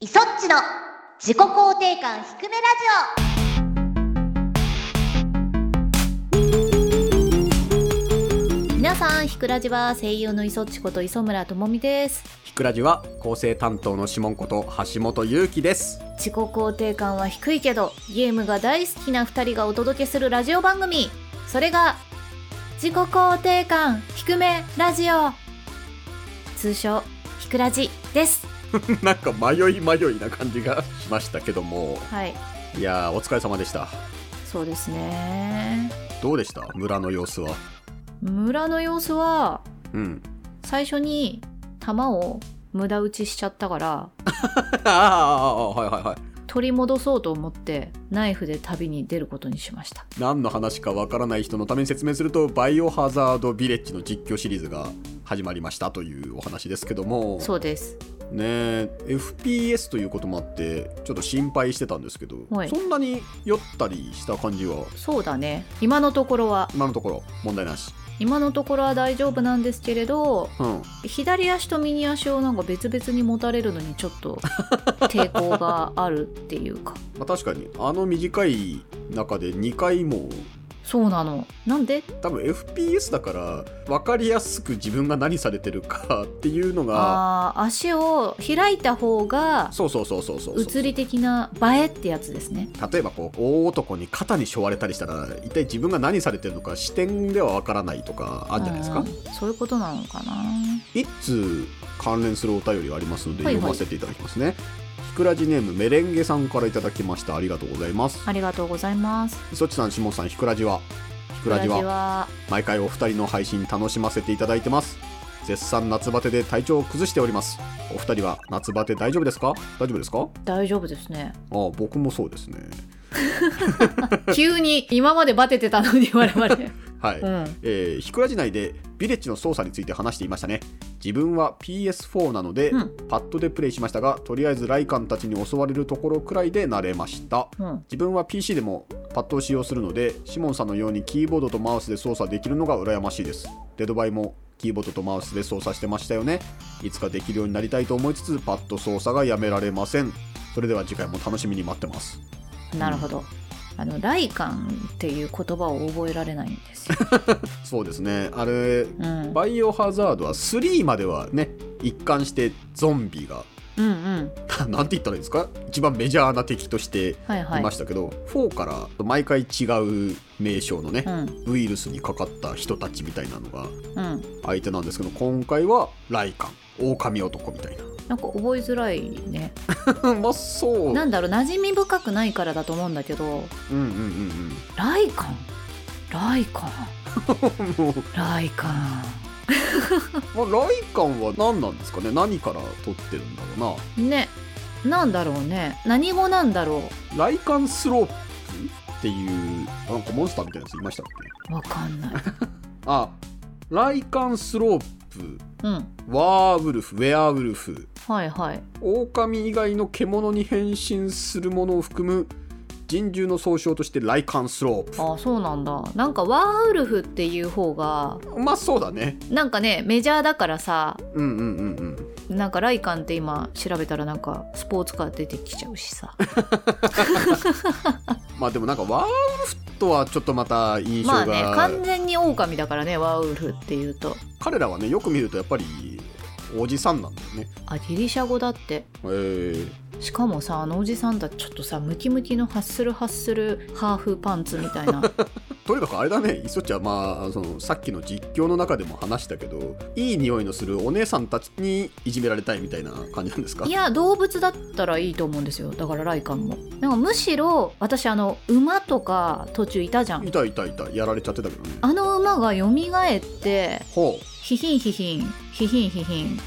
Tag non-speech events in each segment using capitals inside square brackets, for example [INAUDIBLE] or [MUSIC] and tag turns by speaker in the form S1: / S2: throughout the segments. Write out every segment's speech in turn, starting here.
S1: イソッチの自己肯定感低めラジ
S2: 皆さんひくらじは声優の磯っちこと磯村智美です
S3: ひくらじは構成担当の指紋こと橋本優希です [LAUGHS]
S2: 自己肯定感は低いけどゲームが大好きな2人がお届けするラジオ番組それが自己肯定感低めラジオ通称ひくらじです
S3: なんか迷い迷いな感じがしましたけども
S2: はい
S3: いやーお疲れ様でした
S2: そうですね
S3: どうでした村の様子は
S2: 村の様子は
S3: うん [LAUGHS]
S2: 最初に弾を無駄打ちしちゃったから
S3: ああはいはいは
S2: 取り戻そうと思ってナイフで旅に出ることにしました
S3: い何の話かわからない人のために説明すると「バイオハザード・ビレッジ」の実況シリーズが始まりましたというお話ですけども
S2: そうです
S3: ねえ FPS ということもあってちょっと心配してたんですけど、
S2: はい
S3: そんなに酔ったりした感じは
S2: そうだね今のところは
S3: 今のところ問題なし
S2: 今のところは大丈夫なんですけれど
S3: うん
S2: 左足と右足をなんか別々に持たれるのにちょ
S3: [LAUGHS]
S2: っと抵抗があるっていうか
S3: まあ、確かにあの短い中で2回も
S2: そうなのなんで
S3: 多分 FPS だから分かりやすく自分が何されてるかっていうのが
S2: ああー足を開いた方が
S3: そうそうそうそうそう
S2: 物理的な映えってやつですね
S3: 例えばこう大男に肩にしょわれたりしたら一体自分が何されてるのか視点では分からないとかあるんじゃないですか
S2: うんそういうことなのかな
S3: 一通関連するお便りがありますので
S2: はいは
S3: 読
S2: い
S3: ませていただきますね、ひくらじネームメレンゲさんからいただきましたありがとうございます
S2: ありがとうございます
S3: 磯地さんしもんさんひくらじはひくらじは
S2: は
S3: 毎回お二人の配信楽しませていただいてます絶賛夏バテで体調を崩しておりますお二人は夏バテ大丈夫ですか大丈夫ですかあ
S2: 大丈夫ですね [LAUGHS]
S3: あ僕もそうですね
S2: 急に今までバテてたのに我
S3: [LAUGHS]
S2: 々
S3: はい、
S2: うん
S3: えーひくらじ内でビレッジの操作について話していましたね自分は PS4 なので、
S2: うん
S3: パッドでプレイしましたがとりあえずライカンたちに襲われるところくらいで慣れました
S2: うん
S3: 自分は PC でもパッドを使用するのでシモンさんのようにキーボードとマウスで操作できるのが羨ましいですデドバイもキーボードとマウスで操作してましたよねいつかできるようになりたいと思いつつパッド操作がやめられませんそれでは次回も楽しみに待ってます
S2: なるほど。あの、ライカンっていう言葉を覚えられないん
S3: [LAUGHS]
S2: ですよ。
S3: そうですねあれ
S2: うん。
S3: バイオハザードは3まではね一貫してゾンビが
S2: うんうん。
S3: なんて言ったらいいんですか一番メジャーな敵として
S2: はいはいい
S3: ま。したけど、4から毎回違う名称のね
S2: う、ん
S3: ウイルスにかかった人たちみたいなのが
S2: うん。
S3: 相手なんですけど今回はライカン狼男みたい
S2: なんか覚えづらいね。
S3: な [LAUGHS] まあそう
S2: なんだろう、馴染み深くないからだと思うんだけど、
S3: うんうんうん
S2: ライカンライカン
S3: うん [LAUGHS] も
S2: ライカン
S3: う、まあ、ライカンは何なんですかね何から取ってるんだろ
S2: ね。なんだろうね。何語なんだろ
S3: うなライカンスロープっていうなんかモンスターみたいなやついましたっけ
S2: う。わかんない。
S3: あライカンスロープ
S2: うん。
S3: ワーウルフウェアウルフ
S2: はいはい。
S3: 狼以外の獣に変身するものを含む人獣の総称としてライカンスロー
S2: ああ、そうなんだ。なんか、ワーウルフっていう方が、
S3: プまあそうだね
S2: なんかね、メジャーだからさ、
S3: うんうんうんうん
S2: なんかライカンって今調べたらなんかスポーツカー出てきちゃうしさ
S3: まあでもなんかワーウルフとはちょっとまた印象
S2: まあ
S3: が、
S2: ね完全にオオカミだからねワーウルフっていうと
S3: 彼らはねよく見るとやっぱりおじさんなんだよね
S2: あギリシャ語だって
S3: えー、
S2: しかもさあのおじさんだちょっとさムキムキのハッスルハッスルハーフパンツみたいな
S3: とにかくあれだね磯ちゃんまあそのさっきの実況の中でも話したけどいい匂いのするお姉さんたちにいじめられたいみたいな感じなんですか
S2: いや動物だったらいいと思うんですよだからライカンもなんかむしろ私あの馬とか途中いたじゃん
S3: いたいたいたやられちゃってたけどね
S2: あの馬が蘇って
S3: ほ
S2: ヒヒンヒヒンヒヒンヒヒン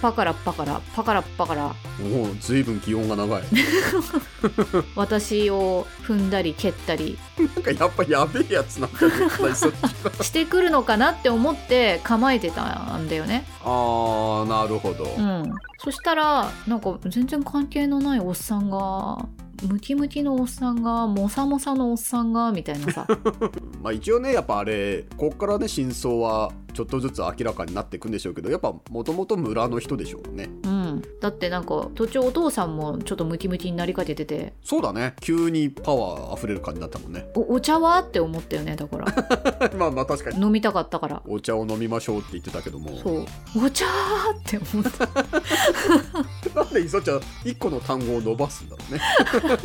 S2: パカラパカラパカラパカラ
S3: うもう随分気温が長い
S2: 私を踏んだり蹴ったり
S3: なんかやっぱやべえやつなんだよ絶対そっち
S2: してくるのかなって思って構えてたんだよね、
S3: あーなるほど、
S2: うん、そしたらなんか全然関係のないおっさんがムキムキのおっさんがモサモサのおっさんがみたいなさ
S3: まあ一応ねやっぱあれこっからね真相はちょっとずつ明らかになっていくんでしょうけどやっぱもともと村の人でしょうね
S2: うんうん、だってなんか途中お父さんもちょっとムキムキになりかけてて
S3: そうだね急にパワー溢れる感じだったもんね [LAUGHS]
S2: おお茶はって思ったよねだから
S3: まあまあ確かに
S2: 飲みたかったから
S3: お茶を飲みましょうって言ってたけども
S2: そうお茶ーって思った
S3: なんでイソちゃん一個の単語を伸ばすんだろうね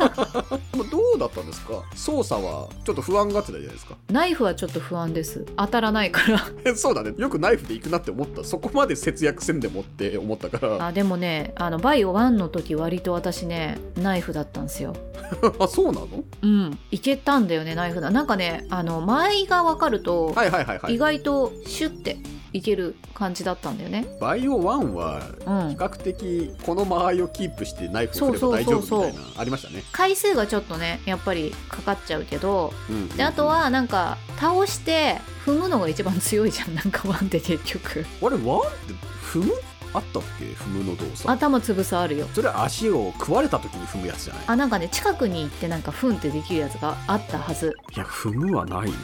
S3: [LAUGHS] まあどうだったんですか操作はちょっと不安がってたじゃないですか [LAUGHS]
S2: ナイフはちょっと不安です当たらないから
S3: そうだねよくナイフでいくなって思ったそこまで節約せんでもって思ったから
S2: あでもねあのバイオ1の時割と私ねナイフだったんですよ
S3: [LAUGHS] あそうなの
S2: うんいけたんだよねナイフだなんかねあの間合いが分かると、
S3: はいはいはいは
S2: 意
S3: い
S2: 外とシュッていける感じだったんだよね
S3: バイオ1は
S2: う
S3: 比
S2: ん
S3: 較的この間合いをキープしてナイフを振れば大丈夫みたいなありましたね、
S2: 回数がちょっとねやっぱりかかっちゃうけど
S3: うん
S2: であとはなんか倒して踏むのが一番強いじゃんなん [LAUGHS] かワンって結局
S3: あれワンって踏むあったっけ踏むの動作
S2: 頭つぶさあるよ
S3: それは足を食われた時に踏むやつじゃない
S2: あなんかね近くに行ってなんかフンってできるやつがあったはず
S3: いや踏むはないな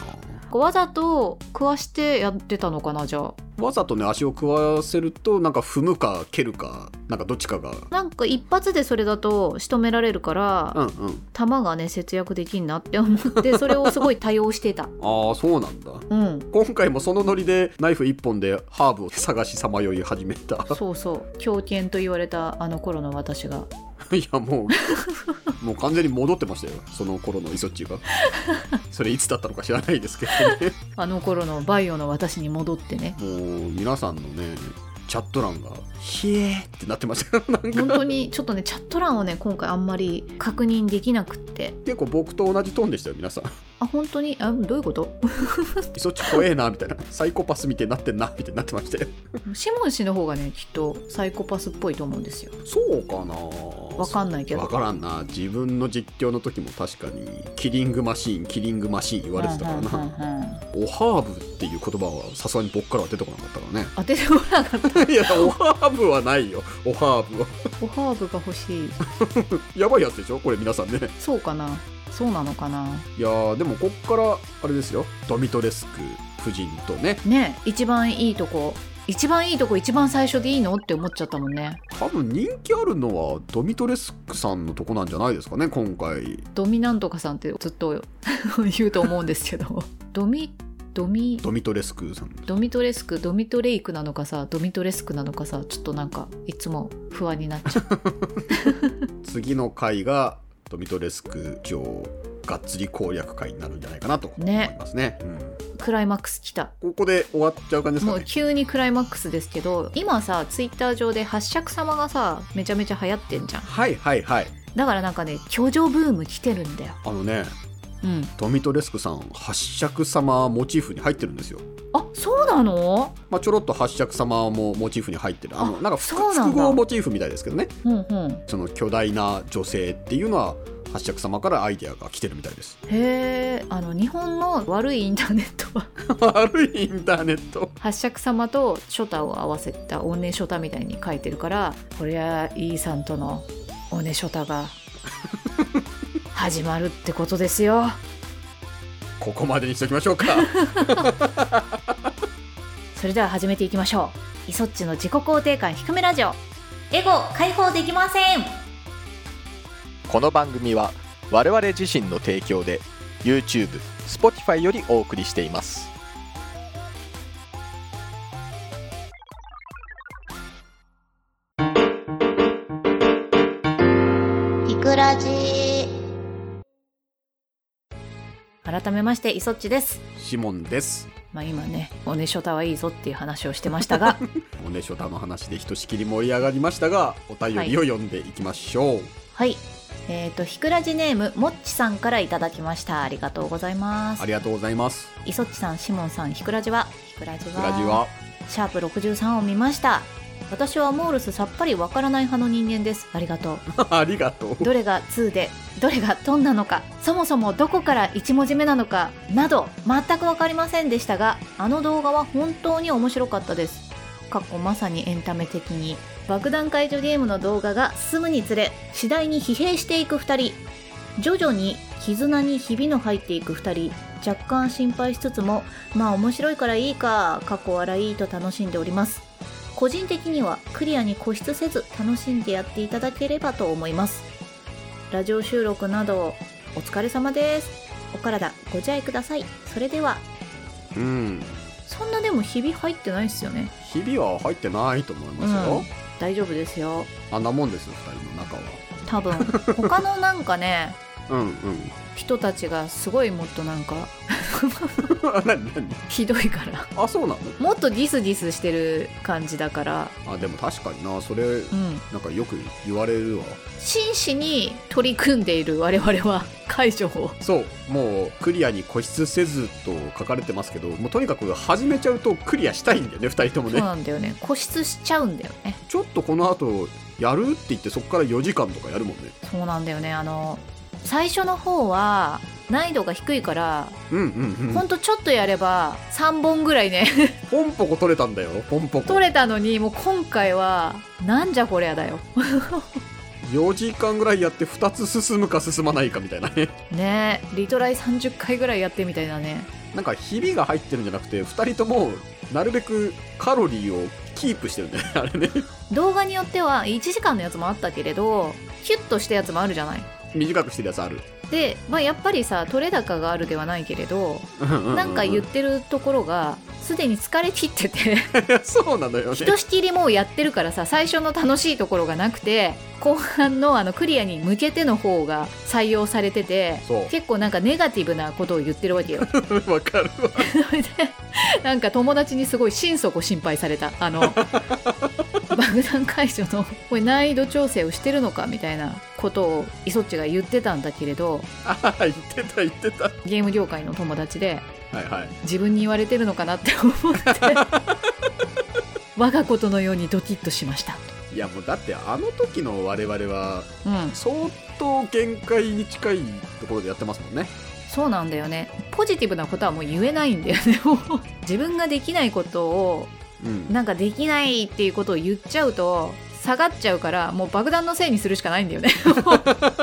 S2: こうわざと食わしてやってたのかなじゃあ
S3: わざとね足を食わせるとなんか踏むか蹴るかなんかどっちかが
S2: なんか一発でそれだと仕留められるから、
S3: うんうん
S2: 弾がね節約できんなって思
S3: [LAUGHS]
S2: ってそれをすごい多用してた
S3: ああそうなんだ
S2: うん
S3: 今回もそのノリでナイフ1本でハーブを探しさまよい始めた
S2: そうそう狂犬と言われたあの頃の私が
S3: [LAUGHS] いやもうもう完全に戻ってましたよその頃のイソッチがそれいつだったのか知らないですけ [LAUGHS] どね
S2: あの頃のバイオの私に戻ってね
S3: もう皆さんのねチャット欄が「ひえー」ってなってました [LAUGHS] よなんか
S2: 本当にちょっとねチャット欄をね今回あんまり確認できなくって
S3: 結構僕と同じトーンでしたよ皆さん
S2: あ本当にあどういうこと
S3: 「イソッチ怖えな」みたいな「サイコパスみたいになってんな」みたいになってましたよ
S2: シモン氏の方がねきっとサイコパスっぽいと思うんですよ
S3: そうかな
S2: わかんないけど
S3: わからんな自分の実況の時も確かにキリングマシーンキリングマシーン言われてたから
S2: うんうん
S3: な
S2: うんうん
S3: おハーブっていう言葉はさすがに僕からは出てこなかったからね
S2: 当ててもらわなかった
S3: [LAUGHS] いやおハーブはないよおハーブは
S2: おハーブが欲しい
S3: やばいやつでしょこれ皆さんね [LAUGHS]
S2: そうかなそうなのかない
S3: やーでもこっからあれですよドミトレスク夫人とね
S2: ね一番いいとこ一番いいとこ一番最初でいいのって思っちゃったもんね
S3: 多分人気あるのはドミトレスクさんのとこなんじゃないですかね今回
S2: ドミなんとかさんってずっと [LAUGHS] 言うと思うんですけどドミドミ
S3: ドミトレスクさん
S2: ドミトレスクドミトレイクなのかさドミトレスクなのかさちょっとなんかいつも不安になっちゃう
S3: 次の回がドミトレスク城がっつり攻略会になるんじゃないかなと思
S2: ね
S3: いますねうん [LAUGHS]
S2: クライマックス来た
S3: ここで終わっちゃう感じです
S2: も
S3: か
S2: う
S3: ね
S2: 急にクライマックスですけど今さツイッター上で八尺様がさめちゃめちゃ流行ってんじゃん
S3: はいはいはい
S2: だからなんかね巨女ブーム来てるんだよ
S3: あのね
S2: うん
S3: ドミトレスクさん八尺様モチーフに入ってるんですよ
S2: あそうなの
S3: まあ、ちょろっと八尺様もモチーフに入ってるあの
S2: あ
S3: なんか複
S2: そうなんだ
S3: 複合モチーフみたいですけどね
S2: うんうん
S3: その巨大な女性っていうのは八尺様からアイデアが来てるみたいです
S2: へえあの日本の悪いインターネットは
S3: 悪いインターネット
S2: 八尺様とショタを合わせたおねショタみたいに書いてるからこりゃイーさんとのおねショタが始まるってことですよ
S3: ここまでにしときましょうか
S2: それでは始めていきましょうイソッチの自己肯定感低めラジオ
S1: エゴ解放できません
S4: この番組は我々自身の提供で YouTube、Spotify よりお送りしています。
S1: ひくらじ
S2: 改めましてイソッチです
S3: シモンです
S2: まあ今ねおねショタはいいぞっていう話をしてましたが
S3: おねしょたの話でひとしきり盛り上がりましたがお便りを読んでいきましょう、
S2: はいえー、とひくらじネームもっちさんからいただきましたありがとうございます
S3: ありがとうございます
S2: イソッチさん、シモンさん、ヒクラジは、ヒクラジ
S3: グラジは [LAUGHS]
S2: シャープ63を見ました。私はモールスさっぱりわからない派の人間です。ありがと
S3: ありがとう
S2: う。どれが2で、どれがトンなのか、そもそもどこから1文字目なのか、など、全くわかりませんでしたが、あの動画は本当に面白かったです。かっこまさにエンタメ的に。爆弾解除ゲームの動画が進むにつれ、次第に疲弊していく2人。徐々に絆にひびの入っていく2人若干心配しつつもまあ面白いからいいか過去笑いと楽しんでおります個人的にはクリアに固執せず楽しんでやっていただければと思いますラジオ収録などお疲れ様ですお体ご自愛くださいそれでは
S3: うん
S2: そんなでもひび入ってないっすよね
S3: ひびは入ってないと思います
S2: うん
S3: よ、
S2: 大丈夫ですよ
S3: あんなもんですよ二人の仲は
S2: 多 [LAUGHS] 分他のなんかね
S3: うん
S2: 人たちがすごいもっとなんか
S3: [LAUGHS] うん何何
S2: ひどいから
S3: あそうなの
S2: もっとディスディスしてる感じだから
S3: あでも確かになそれ
S2: うん
S3: なんかよく言われるわ
S2: 真摯に取り組んでいる我々は解除を
S3: そうもうクリアに固執せずと書かれてますけどもうとにかく始めちゃうとクリアしたいんだよね2人とも
S2: そう
S3: ね
S2: なんだよね固執しちゃうんだよね
S3: ちょっとこの後やるって言ってそこから4時間とかやるもんね
S2: そうなんだよねあの最初の方は難易度が低いから、
S3: うんうんう
S2: ほ
S3: ん
S2: んとちょっとやれば3本ぐらいね [LAUGHS]
S3: ポンポコ取れたんだよポンポコ
S2: 取れたのにもう今回はなんじゃこりゃだよ
S3: 4時間ぐらいやって2つ進むか進まないかみたいなね [LAUGHS]
S2: ねリトライ30回ぐらいやってみたいなね
S3: なんかひびが入ってるんじゃなくて2人ともなるべくカロリーをキープしてるんだよねあれね
S2: 動画によっては1時間のやつもあったけれどキュッとしたやつもあるじゃない
S3: 短くしてるやつある
S2: で、まあ、やっぱりさ取れ高があるではないけれどなんか言っ
S3: う
S2: てるところがすでに疲れ切ってて
S3: いや [LAUGHS] そうなのよね
S2: ひとしきりもうやってるからさ最初の楽しいところがなくて後半のあのクリアに向けての方が採用されてて
S3: そう
S2: 結構なんかネガティブなことを言ってるわけよ。 [LAUGHS]
S3: [LAUGHS] わかるわ
S2: それでなんか友達にすごい心底心配されたあの爆弾解除のこれ難易度調整をしてるのかみたいなことをイソッチが言ってたんだけれど
S3: ああ言ってた言ってた
S2: ゲーム業界の友達で
S3: はいはい
S2: 自分に言われてるのかなって思って我がことのようにドキッとしました。
S3: いやもうだってあの時の我々は
S2: うん、
S3: 相当限界に近いところでやってますもんね
S2: そうなんだよねポジティブなことはもう言えないんだよねもう自分ができないことを
S3: うん
S2: なんかできないっていうことを言っちゃうと下がっちゃうからもう爆弾のせいにするしかないんだよね [LAUGHS]
S3: [LAUGHS]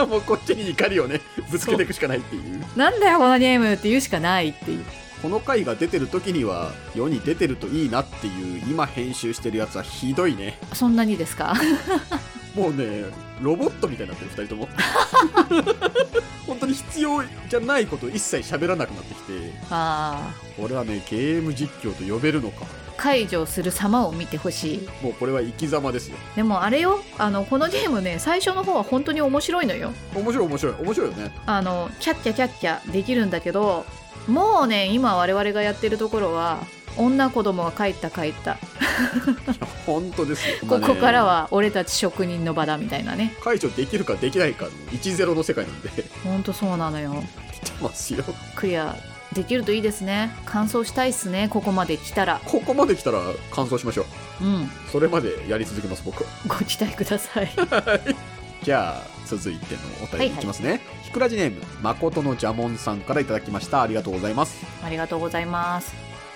S3: もうこっちに怒りをねぶつけていくしかないっていう
S2: なんだよこのゲームって言うしかないっていう
S3: この回が出てる時には世に出てるといいなっていう今編集してるやつはひどいね
S2: そんなにですか
S3: もうねロボットみたいになってる2人とも [LAUGHS] 本当に必要じゃないことを一切喋らなくなってきて
S2: ああ
S3: これはねゲーム実況と呼べるのか
S2: 解除する様を見てほしい
S3: もうこれは生き様ですよ
S2: でもあれよあのこのゲームね最初の方は本当に面白いのよ
S3: 面白い面白い面白いよね [LAUGHS]
S2: あのキャッキャキャッキャできるんだけどもうね今我々がやってるところは女子供は帰った帰った
S3: 本当ですよ、
S2: [LAUGHS] ここから
S3: まあね
S2: は俺たち職人の場だみたいなね
S3: 解除できるかできないかの1-0の世界なんで [LAUGHS] 来て
S2: ほんとそうなのよ
S3: ますよ
S2: クリアできるといいですね完走したいっすねここまで来たら
S3: ここまで来たら完走しましょう
S2: うん
S3: それまでやり続けます僕は
S2: ご期待くださ
S3: [LAUGHS]
S2: い
S3: じゃあ続いてのお
S2: は
S3: 便
S2: い
S3: り
S2: はい
S3: いきますね、ひくらじネームまことのジャモンさんからいただきましたありがとうございます
S2: ありがとうございます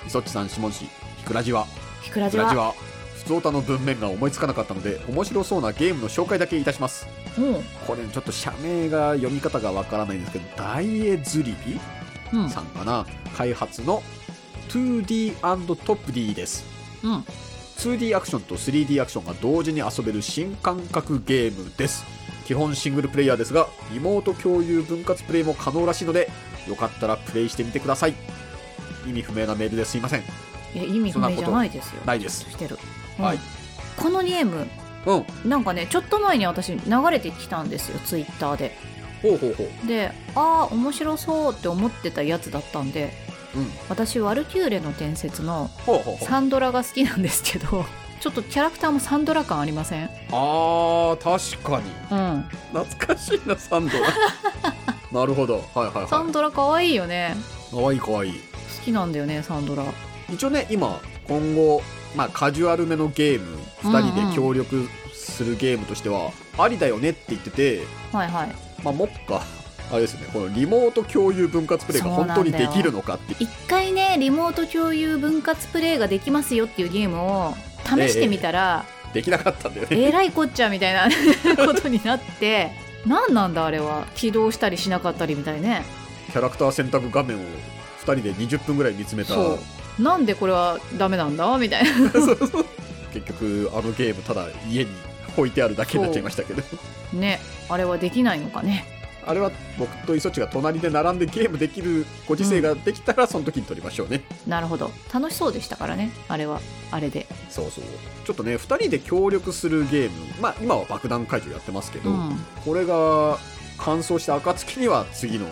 S3: 磯っちさん下地ひくらじは
S2: ひくら
S3: ひく
S2: じ
S3: ら
S2: は
S3: じは普通歌の文面が思いつかなかったので面白そうなゲームの紹介だけいたします
S2: う
S3: これちょっと社名が読み方がわからないんですけど大江ズリビ
S2: んうん
S3: さんかな開発の 2D& トップ D です
S2: うん
S3: 2D アクションと 3D アクションが同時に遊べる新感覚ゲームです基本シングルプレイヤーですがリモート共有分割プレイも可能らしいのでよかったらプレイしてみてください意味不明なメールですいません
S2: いや意味不明じゃないですよ
S3: ないです
S2: してる、
S3: はい
S2: このゲーム
S3: うんほ
S2: なんかねちょっと前に私流れてきたんですよツイッターで
S3: うほうほう
S2: でああ面白そうって思ってたやつだったんで
S3: うん
S2: 私ワルキューレの伝説の
S3: ほうほうほう
S2: サンドラが好きなんですけどちょっとキャラクターもサンドラ感ありません
S3: あー確かに
S2: うん
S3: 懐かしいな
S2: [LAUGHS]
S3: サンドラなるほどはいはい
S2: サ
S3: は
S2: ンドラ可愛いよね
S3: いかわいいかわいい
S2: 好きなんだよねサンドラ
S3: 一応ね今今後、まあ、カジュアルめのゲーム2人で協力するゲームとしてはありだよねって言ってて、
S2: はいはい
S3: まあ、もっかあれですねこのリモート共有分割プレイが本当にできるのかって
S2: 一回ねリモート共有分割プレイができますよっていうゲームを試してみたら、
S3: できなかったんだよ
S2: え
S3: ね
S2: らいこっちゃみたいな [LAUGHS] ことになって何なんだあれは起動したりしなかったりみたいね
S3: キャラクター選択画面を2人で20分ぐらい見つめた [LAUGHS]
S2: そうなんでこれはダメなんだみたいな
S3: 結局あのゲームただ家に置いてあるだけになっちゃいましたけど
S2: [LAUGHS] ねあれはできないのかね
S3: あれは僕と磯地が隣で並んでゲームできるご時世ができたらその時に撮りましょうね、
S2: なるほど楽しそうでしたからねあれはあれで
S3: そうそうちょっとね2人で協力するゲームまあ今は爆弾解除やってますけ
S2: う
S3: ど、
S2: ん
S3: これが完走した暁には次の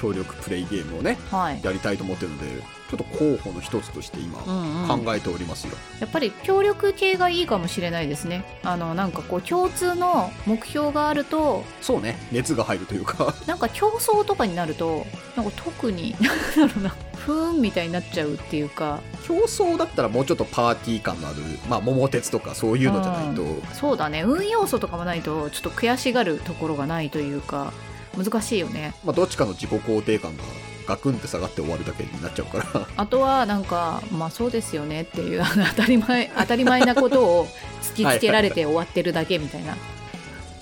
S3: 協力プレイゲームをね
S2: はい
S3: やりたいと思ってるのでちょっと候補の一つとして今
S2: うんうん、
S3: 考えておりますよ、
S2: やっぱり協力系がいいかもしれないですねあのなんかこう共通の目標があると
S3: そうね熱が入るというか [LAUGHS]
S2: なんか競争とかになるとなんか特に [LAUGHS] なんだろうな不運みたいになっちゃうっていうか
S3: 競争だったらもうちょっとパーティー感のあるまあ桃鉄とかそういうのじゃないと、
S2: そうだね運要素とかもないとちょっと悔しがるところがないというか難しいよね
S3: まあ、どっちかの自己肯定感がガクンって下がって終わるだけになっちゃうから [LAUGHS]
S2: あとはなんかまあそうですよねっていうあの当たり前当たり前なことを突きつけられて終わってるだけみたいな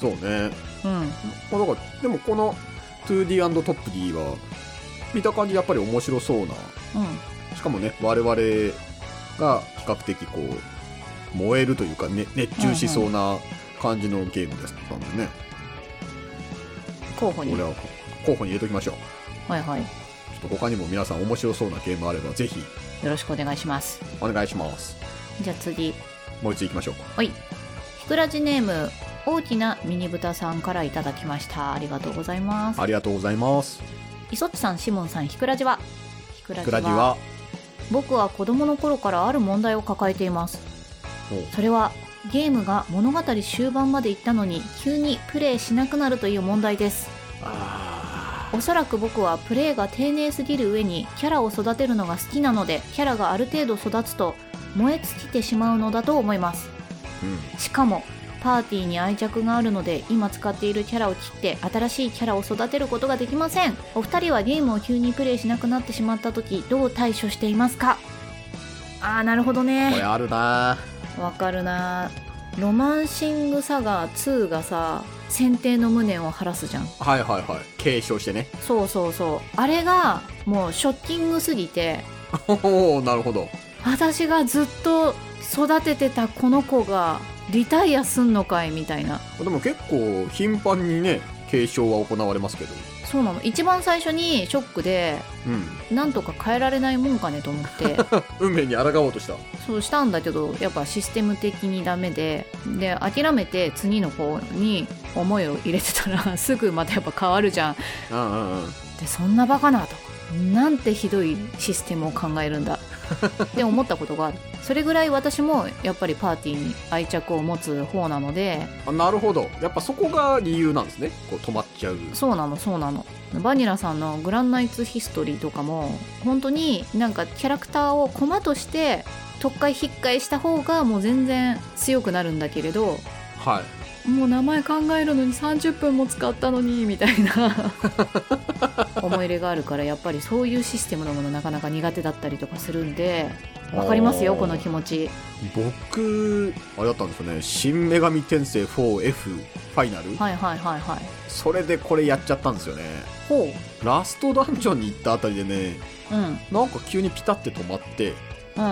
S3: そうね
S2: うん
S3: まあだからでもこの 2D& トップ D は見た感じやっぱり面白そうな
S2: うん
S3: しかもね我々が比較的こう燃えるというか、ね、熱中しそうな感じのゲームですったんでね、
S2: 候補に
S3: これ
S2: は
S3: は候補に入れときましょう
S2: いはいよ
S3: ちょっと他にも皆さん面白そうなゲームあればぜひ
S2: ろしくお願いします
S3: お願いします
S2: じゃあ次
S3: もう一度いきましょう
S2: はい。ひくらじネーム、大きなミニブタさんからいただきました。ありがとうございます。
S3: ありがとうございます
S2: 磯っちさん、シモンさん、ひくらじは。ひくら
S3: グラジは
S2: 僕は子供の頃からある問題を抱えています。
S3: おう
S2: それは、ゲームが物語終盤まで行ったのに、急にプレイしなくなるという問題です。おそらく僕はプレイが丁寧すぎる上にキャラを育てるのが好きなのでキャラがある程度育つと燃え尽きてしまうのだと思います
S3: うん
S2: しかもパーティーに愛着があるので今使っているキャラを切って新しいキャラを育てることができませんお二人はゲームを急にプレイしなくなってしまった時どう対処していますかあーなるほど
S3: これ
S2: ね
S3: あるな
S2: わかるなロマンシングサガ2がさ選定の無念を晴らすじゃん
S3: はいはいはい継承してね [LAUGHS]
S2: そうそうそうあれがもうショッキングすぎて
S3: おおなるほど
S2: 私がずっと育ててたこの子がリタイアすんのかいみたいな
S3: でも結構頻繁にね継承は行われますけど
S2: そうなの一番最初にショックで
S3: うん
S2: なんとか変えられないもんかねと思って
S3: 運命に抗おうとした
S2: そうしたんだけどやっぱシステム的にダメでで諦めて次の子に思いを入れてたら [LAUGHS] すぐまたやっぱ変わるじゃん
S3: うんうんうん
S2: でそんなバカなとなんてひどいシステムを考えるんだって思ったことがあるそれぐらい私もやっぱりパーティーに愛着を持つ方なので
S3: あなるほどやっぱそこが理由なんですねこう止まっちゃう
S2: そうなのそうなのバニラさんの「グランナイツ・ヒストリー」とかも本当になんかキャラクターを駒として特回引っかえした方がもう全然強くなるんだけれど
S3: はい
S2: もう名前考えるのに30分も使ったのにみたい
S3: [LAUGHS]
S2: な思い入れがあるからやっぱりそういうシステムのものなかなか苦手だったりとかするんでわかりますよ
S3: あー
S2: この気持ち
S3: 僕あれだったんですよね「新女神転生 4F ファイナル」
S2: はいはいはいはい
S3: それでこれやっちゃったんですよね
S2: ほ
S3: ラストダンジョンに行ったあたりでね
S2: ううん
S3: なんか急にピタって止まって
S2: うん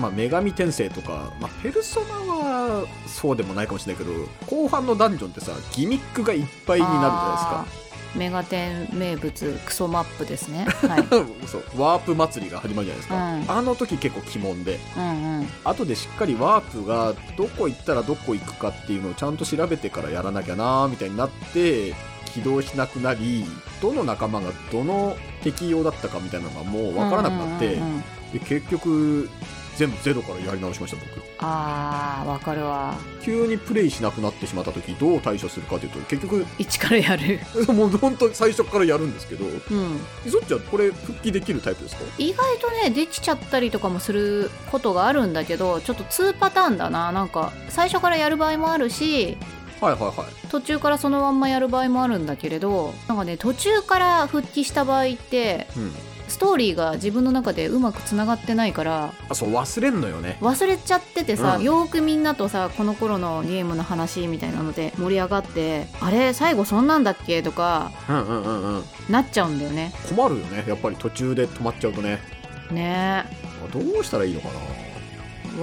S3: まあ女神転生とか、まあ、ペルソナはそうでもないかもしれないけど後半のダンジョンってさギミックがいっぱいになるじゃ
S2: あーメガテン名物クソマップですねはい
S3: ないですかそうワープ祭りが始まるじゃないですか、
S2: うん
S3: あの時結構鬼門で
S2: うんうん
S3: 後でしっかりワープがどこ行ったらどこ行くかっていうのをちゃんと調べてからやらなきゃなーみたいになって起動しなくなりどの仲間がどの適用だったかみたいなのがもう分からなくなって、
S2: うんうんうんうん
S3: で結局全部ゼロからやり直しました僕
S2: あーわかるわ
S3: 急にプレイしなくなってしまった時どう対処するかというと結局 [LAUGHS]
S2: 一からやる
S3: もう本当に最初からやるんですけど
S2: うん
S3: そっちはこれ復帰できるタイプですか
S2: 意外とねできちゃったりとかもすることがあるんだけどちょっと2パターンだななんか最初からやる場合もあるし
S3: はいはいはい
S2: 途中からそのまんまやる場合もあるんだけれどなんかね途中から復帰した場合って
S3: うん
S2: ストーリーが自分の中でうまくつながってないから
S3: あそう忘れんのよね
S2: 忘れちゃっててさ、
S3: うん
S2: よーくみんなとさこの頃のゲームの話みたいなので盛り上がってあれ最後そんなんだっけとか
S3: うんうんうんうん
S2: なっちゃうんだよね
S3: 困るよねやっぱり途中で止まっちゃうとね
S2: ねえ
S3: どうしたらいいのかな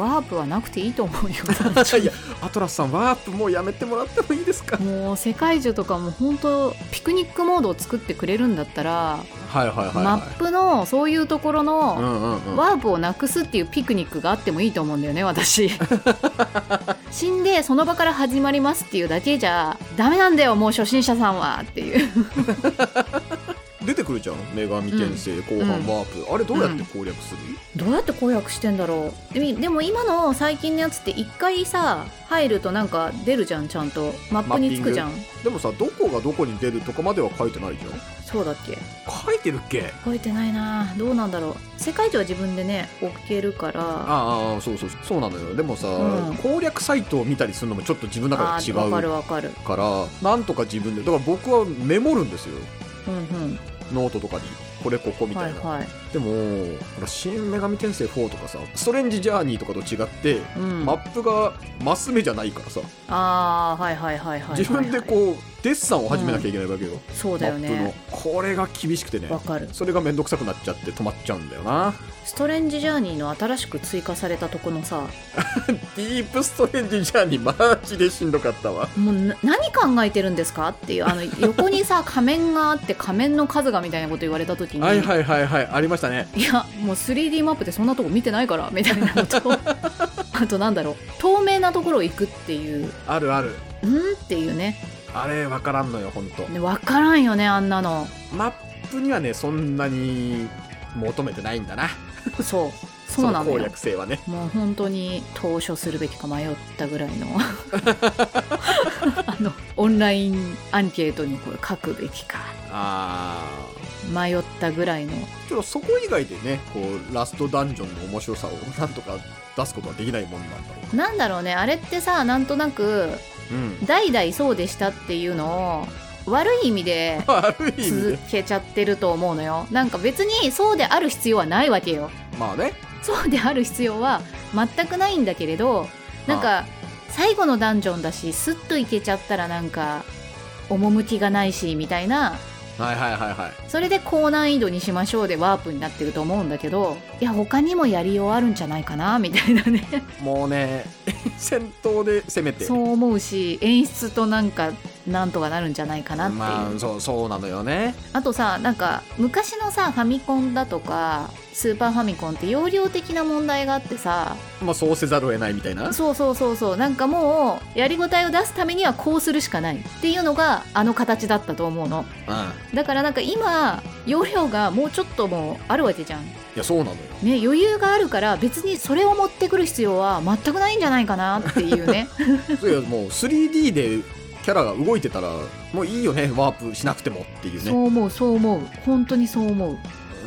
S2: ワープはなくていいと思うよ
S3: [LAUGHS] いやアトラスさんワープもうやめてもらってもいいですか
S2: もう世界中とかも本当ピクニックモードを作ってくれるんだったら、
S3: はいはいはい、はい、
S2: マップのそういうところ
S3: う
S2: の、
S3: んうんうん
S2: ワープをなくすっていうピクニックがあってもいいと思うんだよね
S3: [LAUGHS]
S2: 私死んでその場から始まりますっていうだけじゃダメなんだよもう初心者さんはっていう
S3: 出てくるじゃん女神転生、後半ワープ、あれどうやって攻略する、
S2: どうやって攻略してんだろうでもでも今の最近のやつって一回さ入るとなんか出るじゃんちゃんとマップにつくじゃん
S3: でもさどこがどこに出るとかまでは書いてないじゃん
S2: そうだっけ
S3: 書いてるっけ
S2: 覚えてないなどうなんだろう世界中は自分でね置けるから
S3: ああそうそうそうなのよでもさ、
S2: うん
S3: 攻略サイトを見たりするのもちょっと自分の中
S2: あ
S3: で違
S2: ーわかる
S3: う
S2: わかる
S3: からなんとか自分でだから僕はメモるんですよ
S2: うんうん
S3: ノートとかにこれここみた
S2: はい
S3: いな、
S2: はい
S3: でもほら「新女神転生4」とかさ「ストレンジジャーニー」とかと違って、
S2: うん
S3: マップがマス目じゃないからさ、
S2: ああはいはいはいはいはいはい
S3: 自分でこうデッサンを始めなきゃいけないわけよ、
S2: そう
S3: マ
S2: だよ
S3: ップの
S2: ね
S3: これが厳しくてね
S2: わかる
S3: それがめんどくさくなっちゃって止まっちゃうんだよな
S2: ストレンジジャーニーの新しく追加されたとこのさ
S3: ディープストレンジジャーニーマジでしんどかったわ
S2: もうな何考えてるんですかって
S3: [LAUGHS]
S2: いうあの横にさ仮面があって仮面の数がみたいなこと言われた時に、
S3: はいはいはいはいありましたね
S2: いやもう 3D マップでそんなとこ見てないからみたいな
S3: [LAUGHS]
S2: のとあとなんだろう透明なところ行くっていう
S3: あるある
S2: うんっていうね
S3: あれ分からんのよほんと
S2: ね分からんよねあんな
S3: [LAUGHS]
S2: の
S3: マップにはねそんなに求めてないんだな
S2: そうそうなの
S3: の攻
S2: よ
S3: 略性はね
S2: もう本当に投書するべきか迷ったぐら
S3: [LAUGHS]
S2: いのあのオンラインアンケートにこれ書くべきか
S3: あ
S2: 迷ったぐらいの
S3: ーちょっとそこ以外でねこうラストダンジョンの面白さを [LAUGHS] なんとか出すことはできないもんなんだろう
S2: なんだろうねあれってさなんとなく
S3: うん
S2: 代々そうでしたっていうのを悪い意味で
S3: 悪い意味
S2: 続
S3: で
S2: けちゃってると思うのよなんか別にそうである必要はないわけよ
S3: まあね
S2: そうである必要は全くないんだけれどなんか最後のダンジョンだしスッといけちゃったらなんか趣がないしみたいな
S3: はいはいはいはい
S2: それで高難易度にしましょうでワープになってると思うんだけどいや他にもやりようあるんじゃないかなみたいなね
S3: もうね [LAUGHS] 戦闘で攻めて
S2: そう思うし演出となんかなんとかなるんじゃないかなっていう、
S3: まあそうそうなのよね
S2: あとさなんか昔のさファミコンだとかスーパーファミコンって容量的な問題があってさ
S3: まあそうせざるを得ないみたいな
S2: そうそうそうそうなんかもうやりごたえを出すためにはこうするしかないっていうのがあの形だったと思うの
S3: うんい
S2: だからなんか今容量がもうちょっともうあるわけじゃん
S3: やそうなのよ
S2: ね余裕があるから別にそれを持ってくる必要は全くないんじゃないかなっていうね
S3: そういやもう 3D でキャラが動いてたらもういいよねワープしなくてもっていう
S2: そ
S3: ね
S2: う思うそう思う本当にそう思う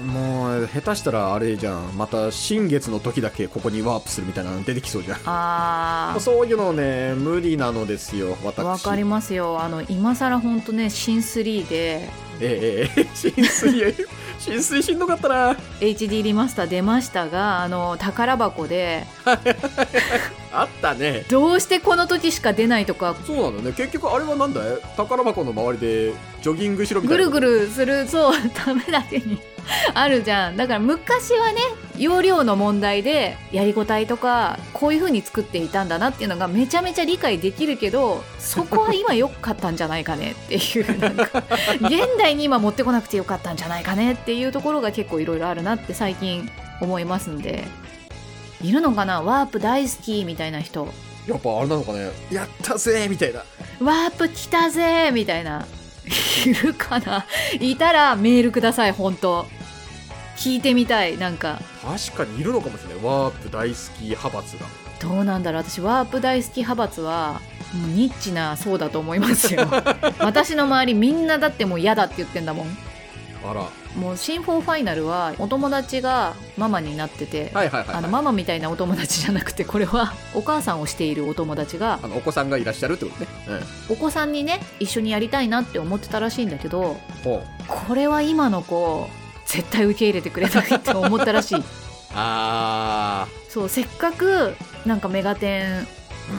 S3: もう下手したらあれじゃんまた新月の時だけここにワープするみたいなの出てきそうじゃん
S2: あ
S3: も
S2: ー
S3: うそういうのね無理なのですよ私
S2: わかりますよあの今更ほんとね新3で
S3: ええええ浸水浸水しんどかったな
S2: HD リマスター出ましたがあの宝箱で
S3: あったね
S2: どうしてこの時しか出ないとか
S3: そうなんだよね結局あれはなんだい宝箱の周りでジョギングしろみた
S2: ぐ
S3: いな
S2: るぐるするそうためだけにあるじゃんだから昔はね容量の問題でやりごたえとかこういう風に作っていたんだなっていうのがめちゃめちゃ理解できるけど [LAUGHS] そこは今良かったんじゃないかねっていうなんか現代に今持ってこなくてよかったんじゃないかねっていうところが結構いろいろあるなって最近思いますんでいるのかなワープ大好きみたいな人
S3: やっぱあれなのかねやったぜみたいな
S2: ワープ来たぜみたいな。いるかないたらメールください、本当聞いてみたい、なんか。
S3: 確かにいるのかもしれないワープ大好き派閥が
S2: どうなんだろう私、ワープ大好き派閥は、もうニッチなそうだと思います
S3: [LAUGHS]
S2: よ。私の周りみんなだってもう嫌だって言ってんだもん。
S3: あらは
S2: もう、新フォーファイナルは、お友達がママになってて、
S3: いはいはい、
S2: あの、
S3: はい
S2: ママみたいなお友達じゃなくて、これは、お母さんをしているお友達が、
S3: あのお子さんがいらっしゃるってことね
S2: お子さんにね、一緒にやりたいなって思ってたらしいんだけど、
S3: うんほう
S2: これは今の子絶対受け入れてくれないって思ったらし
S3: [LAUGHS]
S2: い
S3: あ
S2: そうせっかくなんかメガテン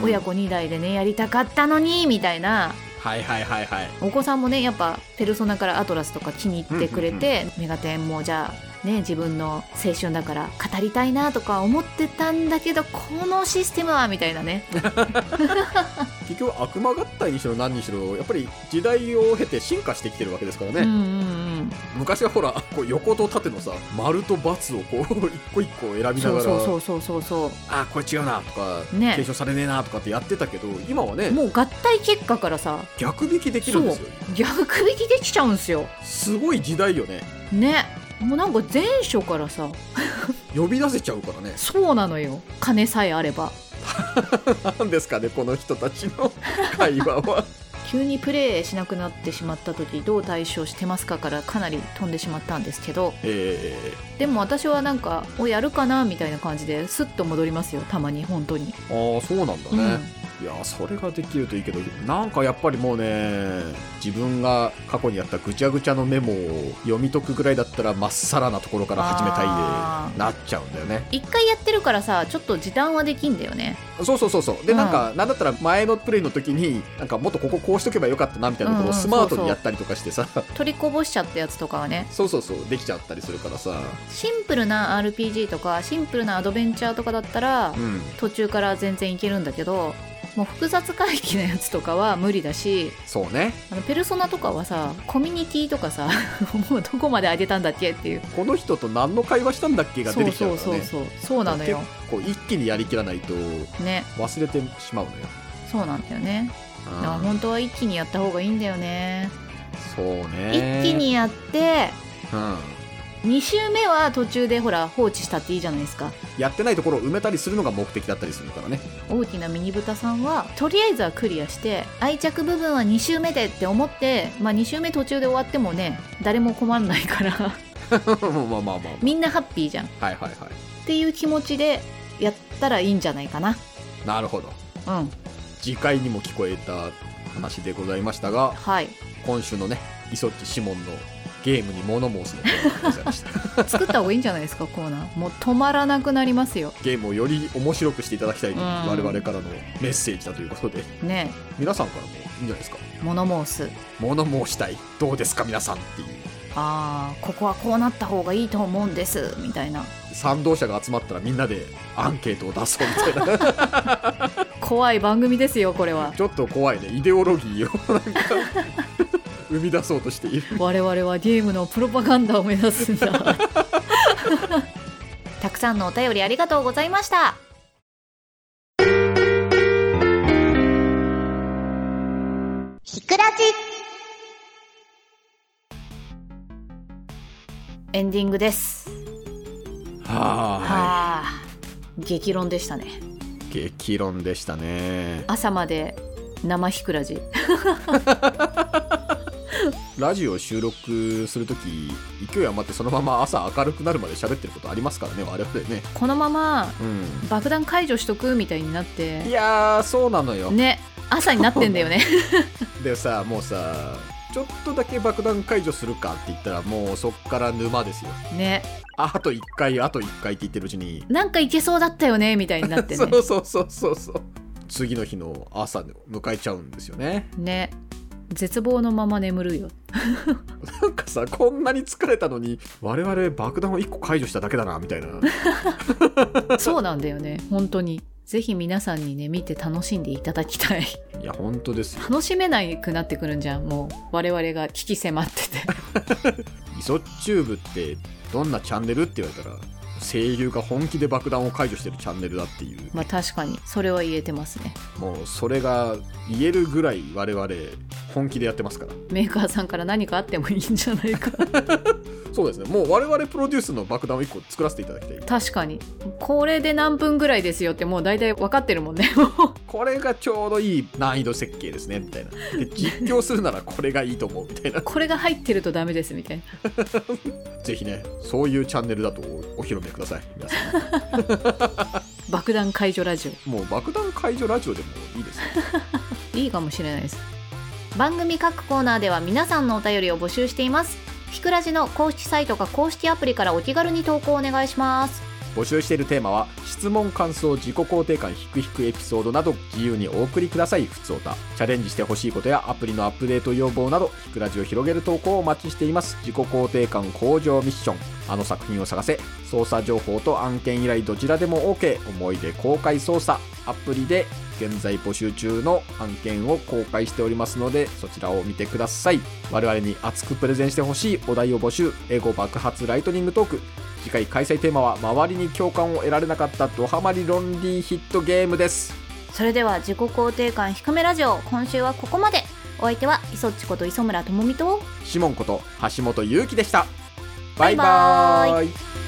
S3: ー
S2: 親子2代でねやりたかったのにみたいな
S3: はいはいはいはい
S2: お子さんもねやっぱ「ペルソナ」から「アトラス」とか気に入ってくれて、メガテンもじゃあね、自分の青春だから語りたいなとか思ってたんだけどこのシステムはみたいなね
S3: 結局悪魔合体にしろ何にしろやっぱり時代を経て進化してきてるわけですからね、
S2: うんうん
S3: 昔はほらこう横と縦のさ丸と×をこう一個一個選びなが
S2: う
S3: ら
S2: ん、そうそうそうそうそうそ
S3: あこれ違うなとか、
S2: ね
S3: 継承されねえなとかってやってたけど今はね
S2: うもう合体結果からさ
S3: 逆引きできるんですよ
S2: 逆引きできちゃうんすよ
S3: すごい時代よね
S2: ねもうなんか前書からさ
S3: 呼び出せちゃうからね [LAUGHS]
S2: そうなのよ金さえあれば
S3: なんですかねこの人たちの会
S2: [LAUGHS]
S3: 話は
S2: 急にプレイしなくなってしまった時どう対処してますかからかなり飛んでしまったんですけど
S3: え
S2: でも私はなんかおやるかなみたいな感じですっと戻りますよたまに本当に、
S3: ー、ああそうなんだ
S2: うん
S3: ね、いやーそれができるといいけどなんかやっぱりもうね自分が過去にやったぐちゃぐちゃのメモを読み解くぐらいだったらまっさらなところから始めたい
S2: あ
S3: でなっちゃうんだよね
S2: 一回やってるからさちょっと時短はできんだよね
S3: そうそうそうそうで、
S2: うん
S3: なんかなんだったら前のプレイの時になんかもっとこここうしとけばよかったなみたいなところ
S2: う
S3: を
S2: んうん
S3: スマー
S2: そう
S3: ト
S2: そう
S3: にやったりとかしてさ、 [LAUGHS]
S2: 取りこぼしちゃったやつとかはね
S3: そうそうそうできちゃったりするからさ
S2: シンプルな RPG とかシンプルなアドベンチャーとかだったら
S3: うん
S2: 途中から全然いけるんだけどもう複雑回帰のやつとかは無理だし
S3: そうね
S2: あのペルソナとかはさコミュニティとかさ [LAUGHS] もうどこまで上げたんだっけっていう
S3: この人と何の会話したんだっけが出てきちゃうから
S2: そうそう
S3: ね
S2: そうそうそうなのよ
S3: 結構一気にやりきらないと
S2: ね
S3: 忘れてしまうのよ
S2: そうなんだよねだから
S3: うん
S2: 本当は一気にやった方がいいんだよね、
S3: そうね
S2: 一気にやって
S3: うん
S2: 2周目は途中でほら放置したっていいじゃないですか
S3: やってないところを埋めたりするのが目的だったりするからね [LAUGHS]
S2: 大きなミニブタさんはとりあえずはクリアして愛着部分は2周目でって思って、まあ、2周目途中で終わってもね誰も困んないから [LAUGHS]
S3: まあまあまあま
S2: みんなハッピーじゃんっ
S3: あはいはいはい
S2: ていう気持ちでやったらいいんじゃないかな
S3: なるほど
S2: うん
S3: 次回にも聞こえた話でございましたが
S2: はい
S3: 今週のね磯地シモンのゲームに物申すのコーナーでござい
S2: [LAUGHS]
S3: ました
S2: 作った方がいいんじゃないですかコーナーもう止まらなくなりますよ
S3: ゲームをより面白くしていただきたい
S2: うん
S3: 我々からのメッセージだということで
S2: ね
S3: 皆さんからもいいんじゃないですか
S2: え物申す
S3: 物申したいどうですか皆さんっていう
S2: あーここはこうなった方がいいと思うんですみたいな
S3: 賛同者が集まったらみんなでアンケートを出そうみた
S2: [LAUGHS]
S3: いな
S2: 怖い番組ですよこれは
S3: ちょっと怖いねイデオロギーをなんか生み出そうとしている
S2: 我々はゲームのプロパガンダを目指す
S1: [LAUGHS]
S2: んだたくさんのお便りありがとうございました
S1: ひくらじ。
S2: エンディングです
S3: は
S2: はあ激論でしたね
S3: い激論でしたね
S2: 朝まで生ひくらじ
S3: ラジオ収録するとき勢い余ってそのまま朝明るくなるまで喋ってることありますからね我々ね
S2: このまま
S3: うん
S2: 爆弾解除しとくみたいになって
S3: いやーそうなのよ、
S2: ね朝になってんだよ
S3: [LAUGHS]
S2: ね
S3: でさもうさちょっとだけ爆弾解除するかって言ったらもうそっから沼ですよ
S2: ね
S3: ああと1回あと1回って言ってるうちに
S2: なんかいけそうだったよねみたいになってね
S3: そうそうそうそうそう次の日の朝迎えちゃうんですよね
S2: ね絶望のまま眠るよ
S3: なんかさこんなに疲れたのに我々爆弾を1個解除しただけだなみたいな
S2: そうなんだよね本当にぜひ皆さんにね見て楽しんでいただきたい
S3: いや本当ですよ
S2: 楽しめなくなってくるんじゃんもう我々が危機迫ってて
S3: イソチューブってどんなチャンネルって言われたら声優が本気で爆弾を解除してるチャンネルだっていう
S2: まあ確かにそれは言えてますね
S3: もうそれが言えるぐらい我々本気でやってますから
S2: メーカーさんから何かあってもいいんじゃないか
S3: そうですねもう我々プロデュースの爆弾を1個作らせていただきたい
S2: 確かにこれで何分ぐらいですよってもう大体分かってるもん [LAUGHS] ね
S3: これがちょうどいい難易度設計ですねみたいなで実況するならこれがいいと思うみたいな [LAUGHS]
S2: これが入ってるとダメですみたいな
S3: ぜひねそういうチャンネルだとお披露目ください皆さん
S2: 爆弾解除ラジオ
S3: もう爆弾解除ラジオでもいいですね
S2: いいかもしれないです番組各コーナーでは皆さんのお便りを募集していますひくらじの公式サイトか公式アプリからお気軽に投稿お願いします
S3: 募集しているテーマは質問感想自己肯定感ひくひくエピソードなど自由にお送りくださいふつおたチャレンジしてほしいことやアプリのアップデート要望などひくラジを広げる投稿をお待ちしています自己肯定感向上ミッションあの作品を探せ捜査情報と案件依頼どちらでも OK 思い出公開捜査アプリで現在募集中の案件を公開しておりますのでそちらを見てください我々に熱くプレゼンしてほしいお題を募集エゴ爆発ライトニングトーク次回開催テーマは周りに共感を得られなかったドハマりロンリーヒットゲームです
S2: それでは自己肯定感低めラジオ今週はここまでお相手は磯っちこと磯村智美と
S3: シモンこと橋本祐希でしたバイバ
S2: バイ
S3: ーイ